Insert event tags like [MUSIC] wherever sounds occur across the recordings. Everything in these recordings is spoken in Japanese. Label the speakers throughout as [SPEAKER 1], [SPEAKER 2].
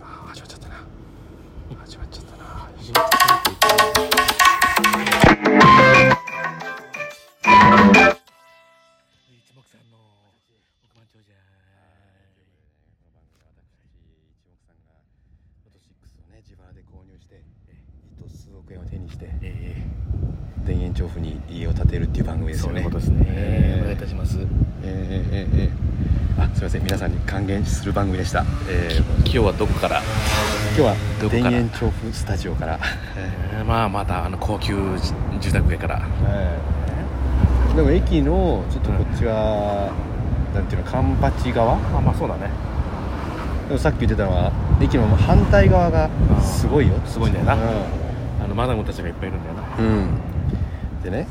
[SPEAKER 1] あー始まっちゃったな始まっちゃったな始まっ
[SPEAKER 2] 一目散の億万長
[SPEAKER 1] こ
[SPEAKER 2] 者
[SPEAKER 1] の番組は私一目さんがロト6をね自腹で購入して一数億円を手にして
[SPEAKER 2] え
[SPEAKER 1] 田園調布に家を建てるっていう番組です
[SPEAKER 2] そ
[SPEAKER 1] よ
[SPEAKER 2] う
[SPEAKER 1] ね
[SPEAKER 2] いうことですね、
[SPEAKER 1] えー
[SPEAKER 2] お願いいたします
[SPEAKER 1] えーえーえーあすいません皆さんに還元する番組でした、えー
[SPEAKER 2] 今日はどこから、
[SPEAKER 1] 今日は
[SPEAKER 2] どこ
[SPEAKER 1] 田
[SPEAKER 2] から
[SPEAKER 1] 園調布スタジオ [LAUGHS] から、
[SPEAKER 2] えーまあまたあの高級住宅街から
[SPEAKER 1] でも駅のちょっとこっちは、なんていうの環八側
[SPEAKER 2] まあまあそうだね
[SPEAKER 1] でもさっき言ってたのは駅の反対側が
[SPEAKER 2] ー
[SPEAKER 1] すごいよ
[SPEAKER 2] すごいんだよな
[SPEAKER 1] うん
[SPEAKER 2] あのマダムたちがいっぱいいるんだよな
[SPEAKER 1] うん、でね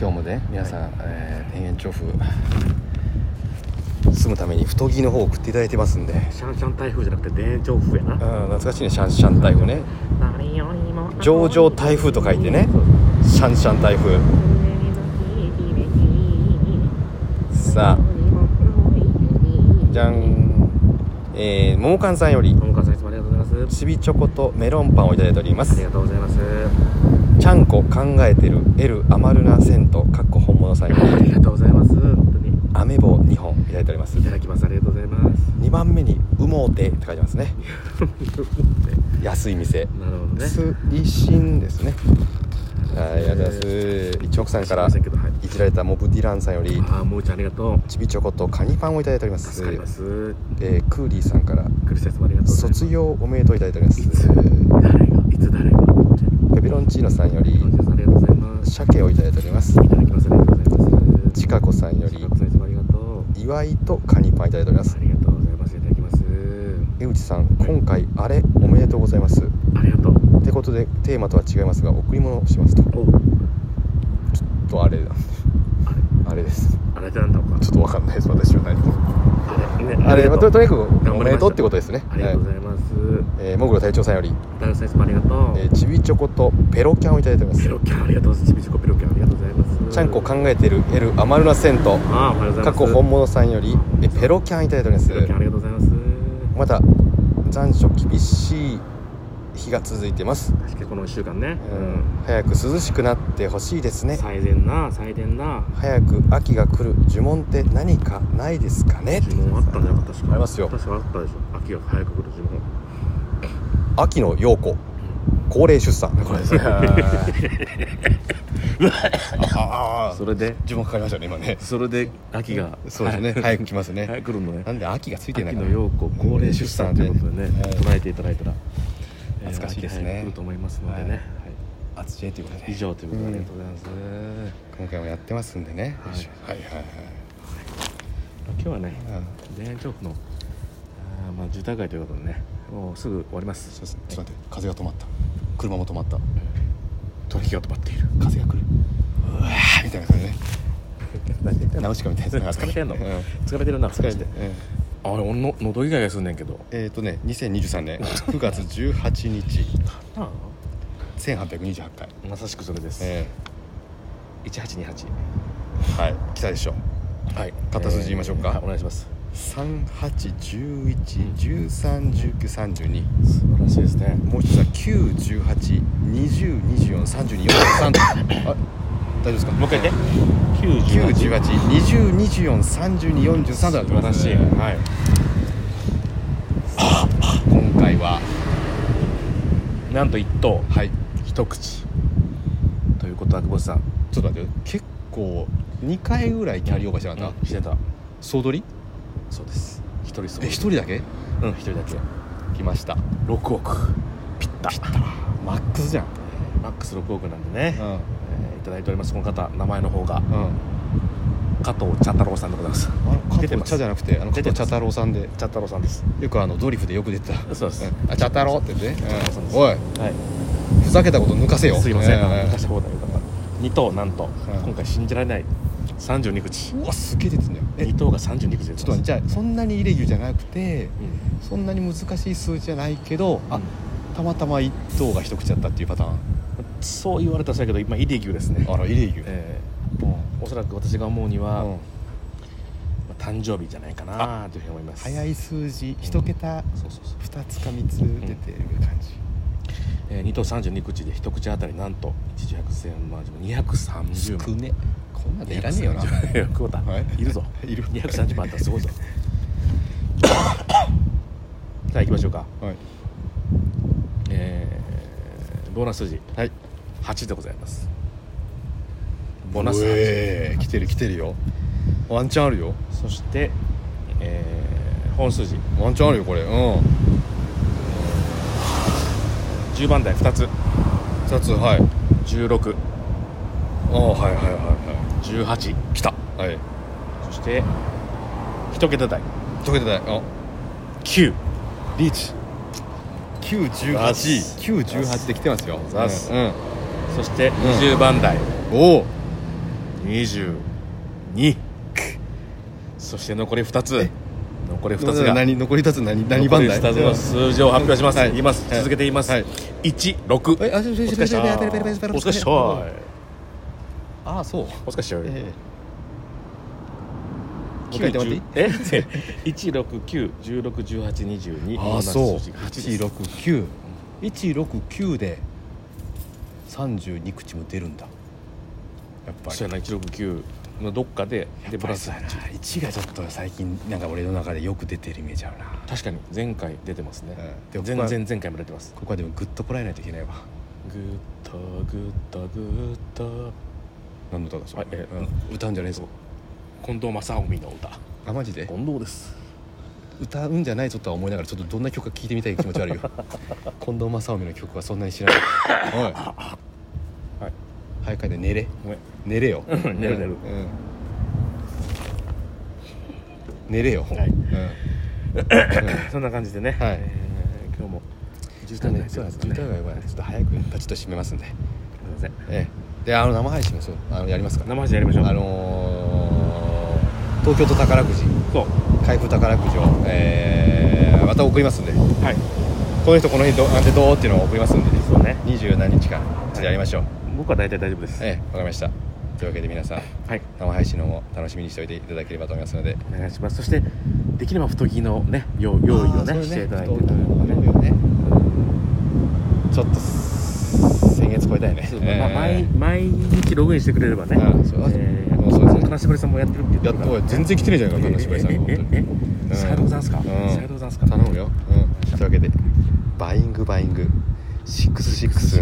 [SPEAKER 1] 今日もね皆さん、えー田園調布住むために太着の方を送っていただいてますんで
[SPEAKER 2] シャンシャン台風じゃなくて田園調布や
[SPEAKER 1] うん
[SPEAKER 2] な
[SPEAKER 1] 懐かしいねシャンシャン台風ね
[SPEAKER 2] 何よりも
[SPEAKER 1] 上場台風と書いてねシャンシャン台風さあじゃんえー、桃缶さんより
[SPEAKER 2] 友川さんいつもありがとうございます
[SPEAKER 1] ちびチョコとメロンパンをいただいておりま
[SPEAKER 2] あり
[SPEAKER 1] す
[SPEAKER 2] がとうございます
[SPEAKER 1] ちゃんこ考えてる L アマルナセントかっこ本物さんよ
[SPEAKER 2] あり
[SPEAKER 1] り
[SPEAKER 2] がとうございます本当に
[SPEAKER 1] アメ棒2本いただいております
[SPEAKER 2] いただきますありがとうございます
[SPEAKER 1] 2番目に「うもうて」って書いてます
[SPEAKER 2] [LAUGHS]
[SPEAKER 1] ね
[SPEAKER 2] な
[SPEAKER 1] 安い店
[SPEAKER 2] るほどね。
[SPEAKER 1] すりしんですね。はい、ありがとうございます。一億さんから
[SPEAKER 2] すいませんけどはい
[SPEAKER 1] いじられたモブディランさんより、
[SPEAKER 2] ああ、もうちゃんありがとう。
[SPEAKER 1] ちびチョコとカニパンをいただいております。
[SPEAKER 2] 助かります。
[SPEAKER 1] えークーリーさんから、
[SPEAKER 2] クリスさんもありがとうございます。
[SPEAKER 1] 卒業おめでとういただいております
[SPEAKER 2] い。つ誰がいつ誰が。
[SPEAKER 1] ペペロンチーノさんより、
[SPEAKER 2] 本日はありがとうございます。
[SPEAKER 1] 鮭をいただいております。
[SPEAKER 2] いただきますありがとうございます。
[SPEAKER 1] ちかこさんよ
[SPEAKER 2] ち
[SPEAKER 1] り
[SPEAKER 2] かこ、さんいつもありがとう。
[SPEAKER 1] 祝いとカニパンいただいております
[SPEAKER 2] あ。りがとうございます。いただきます。
[SPEAKER 1] 江内さん、今回あれおめでとうございます。っ
[SPEAKER 2] ありがとう。
[SPEAKER 1] てことで、テーマとは違いますが、贈り物をしますと。
[SPEAKER 2] お、
[SPEAKER 1] とあれだ。
[SPEAKER 2] あれ
[SPEAKER 1] あれです。
[SPEAKER 2] あれってなんだろうか
[SPEAKER 1] ちょ。っとわかんないです、私は何も。
[SPEAKER 2] あれね
[SPEAKER 1] あれ、まあととにかく
[SPEAKER 2] 頑張りました
[SPEAKER 1] おめでとうってことですね。
[SPEAKER 2] ありがとうございます。
[SPEAKER 1] えー、モグロ隊長さんより、
[SPEAKER 2] ダルさんいつもありがと
[SPEAKER 1] えー、ちびチョコとペロキャンをいただいており
[SPEAKER 2] う。ペ
[SPEAKER 1] ま
[SPEAKER 2] ロキャンありがとうございます。ちびちこペロキャンありがとうございます。
[SPEAKER 1] すちゃんこ考えてる L アマルナセント
[SPEAKER 2] ああ、おはようござ
[SPEAKER 1] 過
[SPEAKER 2] います。
[SPEAKER 1] 去本物さんよりえーペロキャンいただいております
[SPEAKER 2] ペロキャンありがとうございます。
[SPEAKER 1] また残暑厳しい日が続いてます、
[SPEAKER 2] 確かにこの1週間ね
[SPEAKER 1] う、ん、早く涼しくなってほしいです
[SPEAKER 2] うん
[SPEAKER 1] ね
[SPEAKER 2] 最善な最善な
[SPEAKER 1] 早く秋が来る呪文って何かないですかね
[SPEAKER 2] 呪文あったんじゃなかった確か
[SPEAKER 1] ありますよ
[SPEAKER 2] 確かあったでしょ秋が早く来る呪文
[SPEAKER 1] 秋の陽子高齢出産これですねああ
[SPEAKER 2] それで
[SPEAKER 1] 呪文かかりましたね今ね
[SPEAKER 2] それで秋が
[SPEAKER 1] そうですね
[SPEAKER 2] はい
[SPEAKER 1] 早く来ますね
[SPEAKER 2] 早く来るのね
[SPEAKER 1] なんで秋がついて
[SPEAKER 2] 秋
[SPEAKER 1] ないか
[SPEAKER 2] の
[SPEAKER 1] な
[SPEAKER 2] 陽子高齢出産ということで
[SPEAKER 1] う
[SPEAKER 2] ね
[SPEAKER 1] ん
[SPEAKER 2] 唱えていただいたらえー
[SPEAKER 1] 懐かしいですね
[SPEAKER 2] 秋早く来ると思いますので
[SPEAKER 1] は
[SPEAKER 2] ねはいい
[SPEAKER 1] あつじえということで
[SPEAKER 2] 以上ということで
[SPEAKER 1] う
[SPEAKER 2] あ
[SPEAKER 1] ん
[SPEAKER 2] りがとうございます
[SPEAKER 1] 今回もやってますんでね、
[SPEAKER 2] はい
[SPEAKER 1] はいはい
[SPEAKER 2] 今日はね
[SPEAKER 1] はいうん
[SPEAKER 2] 田園調布のあーまあ住宅街ということでねもうすぐ終わります
[SPEAKER 1] そうですねちょっと待って風が止まった車も止まった
[SPEAKER 2] 取引が止まっている
[SPEAKER 1] 風が来るうわーみたいな感じね
[SPEAKER 2] 何言ってんの
[SPEAKER 1] 直しかみたいですね
[SPEAKER 2] 疲れてんの
[SPEAKER 1] うん疲
[SPEAKER 2] 疲れてるな
[SPEAKER 1] れてうん
[SPEAKER 2] あれ俺の喉以外がすんねんけど
[SPEAKER 1] えっ、とね2023年 [LAUGHS] 9月18日
[SPEAKER 2] あ
[SPEAKER 1] 1828回
[SPEAKER 2] あまさしくそれです、
[SPEAKER 1] え
[SPEAKER 2] 1828
[SPEAKER 1] ーはい来たでしょはい片筋言いましょう
[SPEAKER 2] えーは
[SPEAKER 1] か
[SPEAKER 2] いお、願いします
[SPEAKER 1] 3811131932
[SPEAKER 2] 素晴らしいですね
[SPEAKER 1] もう一つは9、18、20、24、32、43と [LAUGHS] あ大丈夫ですか
[SPEAKER 2] もう一回言って
[SPEAKER 1] 9、
[SPEAKER 2] 918
[SPEAKER 1] 18、20、24、32、43となってます
[SPEAKER 2] 素晴らしい
[SPEAKER 1] はい今回は
[SPEAKER 2] なんと一等
[SPEAKER 1] はい
[SPEAKER 2] 一口ということは久保田さん
[SPEAKER 1] ちょっと待って結構2回ぐらいキャリーオーバーしてなかっ
[SPEAKER 2] うんしてた
[SPEAKER 1] た総取り
[SPEAKER 2] そうです一人そう
[SPEAKER 1] え一人だけ
[SPEAKER 2] うん一人だけ
[SPEAKER 1] 来ました
[SPEAKER 2] 6億ピッタ
[SPEAKER 1] マックスじゃん
[SPEAKER 2] マックス6億なんでね、
[SPEAKER 1] うん
[SPEAKER 2] えーいただいておりますこの方名前の方が
[SPEAKER 1] うん
[SPEAKER 2] 加藤茶太郎さんでございます
[SPEAKER 1] あの加
[SPEAKER 2] 出
[SPEAKER 1] 藤
[SPEAKER 2] てます
[SPEAKER 1] 茶じゃなくてあの加
[SPEAKER 2] 出て
[SPEAKER 1] 藤
[SPEAKER 2] ます
[SPEAKER 1] 茶太郎さんで
[SPEAKER 2] 茶太郎さんです
[SPEAKER 1] よくあのドリフでよく出てた
[SPEAKER 2] そうです
[SPEAKER 1] んあ茶太郎って言ってね
[SPEAKER 2] 茶太郎さ
[SPEAKER 1] う
[SPEAKER 2] んで
[SPEAKER 1] ん
[SPEAKER 2] す
[SPEAKER 1] おい
[SPEAKER 2] はい
[SPEAKER 1] ふざけたこと抜かせよ
[SPEAKER 2] すいません、
[SPEAKER 1] ええ
[SPEAKER 2] 昔した方だよだから2頭なんと、
[SPEAKER 1] ん
[SPEAKER 2] 今回信じられない32口
[SPEAKER 1] うわすげえ出てんだよえちょ
[SPEAKER 2] 2頭が32口で
[SPEAKER 1] っと待ってじゃあそんなにイレギュラーじゃなくて
[SPEAKER 2] うん
[SPEAKER 1] そんなに難しい数字じゃないけどあ
[SPEAKER 2] うん
[SPEAKER 1] たまたま一等が一口だったっていうパターン
[SPEAKER 2] そう言われたらそうやけど今イデギュですね
[SPEAKER 1] あらイレギュラー
[SPEAKER 2] ええおそらく私が思うには、
[SPEAKER 1] うん
[SPEAKER 2] まあ誕生日じゃないかなというふうに思います
[SPEAKER 1] 早い数字一桁
[SPEAKER 2] そうそうそう、
[SPEAKER 1] 2つか3つ出てる感じ、
[SPEAKER 2] えー、2等32口で一口あたりなんと一時100千万230万
[SPEAKER 1] 少ねこんなんでいらねえよな
[SPEAKER 2] いや久保田、
[SPEAKER 1] はい
[SPEAKER 2] い、るぞ
[SPEAKER 1] [LAUGHS] いる
[SPEAKER 2] 230万あったら
[SPEAKER 1] [LAUGHS]
[SPEAKER 2] すごいぞさあ行きましょうか
[SPEAKER 1] はい
[SPEAKER 2] えーボーナス数字
[SPEAKER 1] はい
[SPEAKER 2] 8でございますボーナス
[SPEAKER 1] う
[SPEAKER 2] 8
[SPEAKER 1] えー来てる来てるよワンチャンあるよ
[SPEAKER 2] そして、えー本数字
[SPEAKER 1] ワンチャンあるよこれうん
[SPEAKER 2] 10番台2つ
[SPEAKER 1] 2つはい
[SPEAKER 2] 1618
[SPEAKER 1] ああはいはいは
[SPEAKER 2] 来た
[SPEAKER 1] いはいはい
[SPEAKER 2] そして1桁台
[SPEAKER 1] 溶けてないあ
[SPEAKER 2] 9
[SPEAKER 1] リーチ
[SPEAKER 2] ざっす
[SPEAKER 1] 918918で来てますよ
[SPEAKER 2] ざっす
[SPEAKER 1] うん、
[SPEAKER 2] そして20番台
[SPEAKER 1] おお
[SPEAKER 2] 22そして残り2つ残り2つが
[SPEAKER 1] 何残り2つ何何番台
[SPEAKER 2] 残り二つの数字を発表します、
[SPEAKER 1] はい
[SPEAKER 2] 言います
[SPEAKER 1] はい
[SPEAKER 2] 続けて言います、
[SPEAKER 1] はい
[SPEAKER 2] 一六。
[SPEAKER 1] えあちょちょちょ
[SPEAKER 2] お疲れっした
[SPEAKER 1] ペラペラペラペラペラ
[SPEAKER 2] お疲れっした
[SPEAKER 1] ああそう
[SPEAKER 2] お疲れっした
[SPEAKER 1] ええ
[SPEAKER 2] 九
[SPEAKER 1] もう一回言ってもらっていい
[SPEAKER 2] 十え [LAUGHS] 一六九十六十八二十二
[SPEAKER 1] ああそう
[SPEAKER 2] 1
[SPEAKER 1] 169169で32口も出るんだやっぱ
[SPEAKER 2] そう
[SPEAKER 1] り
[SPEAKER 2] やな一六九のどっかででプラス
[SPEAKER 1] やっぱりさ1がちょっと最近なんか俺の中でよく出てるイメージあるな
[SPEAKER 2] 確かに前回出てますね
[SPEAKER 1] うんで
[SPEAKER 2] 全
[SPEAKER 1] ここは
[SPEAKER 2] 然前回も出てます
[SPEAKER 1] ここはでもグッとこらえないといけないわ
[SPEAKER 2] グッとグッとグッと
[SPEAKER 1] 何の歌だそれ、
[SPEAKER 2] はいええ
[SPEAKER 1] うん歌うんじゃないぞ
[SPEAKER 2] 近藤正臣の歌
[SPEAKER 1] あマジで
[SPEAKER 2] 近藤です
[SPEAKER 1] 歌うんじゃないぞとは思いながらちょっとどんな曲か聴いてみたい気持ちある
[SPEAKER 2] [LAUGHS]
[SPEAKER 1] よ近藤正臣の曲はそんなに知らないおい
[SPEAKER 2] はい
[SPEAKER 1] 早く帰って寝れ
[SPEAKER 2] ごめん
[SPEAKER 1] 寝れよ寝
[SPEAKER 2] る寝る
[SPEAKER 1] うん、寝れよ、
[SPEAKER 2] [LAUGHS] はい
[SPEAKER 1] うん
[SPEAKER 2] そんな感じでね、
[SPEAKER 1] はい
[SPEAKER 2] えー今日も
[SPEAKER 1] ちょっ
[SPEAKER 2] 渋
[SPEAKER 1] とね
[SPEAKER 2] 滞になり
[SPEAKER 1] ち
[SPEAKER 2] そ
[SPEAKER 1] ょっ
[SPEAKER 2] うです
[SPEAKER 1] と
[SPEAKER 2] ね。
[SPEAKER 1] ねちょっと早くパチッと閉めますんで、
[SPEAKER 2] すみません。
[SPEAKER 1] ええ、であの生配信もそうあのやりますから
[SPEAKER 2] 生配信やりましょう。
[SPEAKER 1] あのー東京都宝くじ
[SPEAKER 2] そう。
[SPEAKER 1] 開封宝くじを、えーまた送りますんでこ
[SPEAKER 2] はい。
[SPEAKER 1] の人この日どうなんてどうっていうのを送りますんで
[SPEAKER 2] そうね。
[SPEAKER 1] 20何日間ちょっとやりましょう
[SPEAKER 2] 僕は大体大丈夫です。
[SPEAKER 1] ええわかりましたというわけで皆さん
[SPEAKER 2] はい。
[SPEAKER 1] 生配信の方も楽しみにしておいていただければと思いますので
[SPEAKER 2] お願いします。そしてできれば太着のね用用意をね
[SPEAKER 1] あー
[SPEAKER 2] し
[SPEAKER 1] そ
[SPEAKER 2] て
[SPEAKER 1] れ
[SPEAKER 2] いただいて
[SPEAKER 1] ちょっと用意をねちょっと先月超えたいね
[SPEAKER 2] そう
[SPEAKER 1] え
[SPEAKER 2] まあ
[SPEAKER 1] え
[SPEAKER 2] 毎毎日ログインしてくれればね。
[SPEAKER 1] あーそう
[SPEAKER 2] え
[SPEAKER 1] もうそうですね
[SPEAKER 2] ー、金縛りさんもやってるって言
[SPEAKER 1] や
[SPEAKER 2] っ
[SPEAKER 1] って
[SPEAKER 2] る
[SPEAKER 1] と
[SPEAKER 2] から。
[SPEAKER 1] おい全然来てねえじゃないか金
[SPEAKER 2] え
[SPEAKER 1] 縛りさん
[SPEAKER 2] え
[SPEAKER 1] が
[SPEAKER 2] え
[SPEAKER 1] 本
[SPEAKER 2] え
[SPEAKER 1] 当
[SPEAKER 2] ええ
[SPEAKER 1] に
[SPEAKER 2] さようございますか。
[SPEAKER 1] うん
[SPEAKER 2] さようございますか。
[SPEAKER 1] 頼むよ、うん、というわけでバイングバイングシックスシックス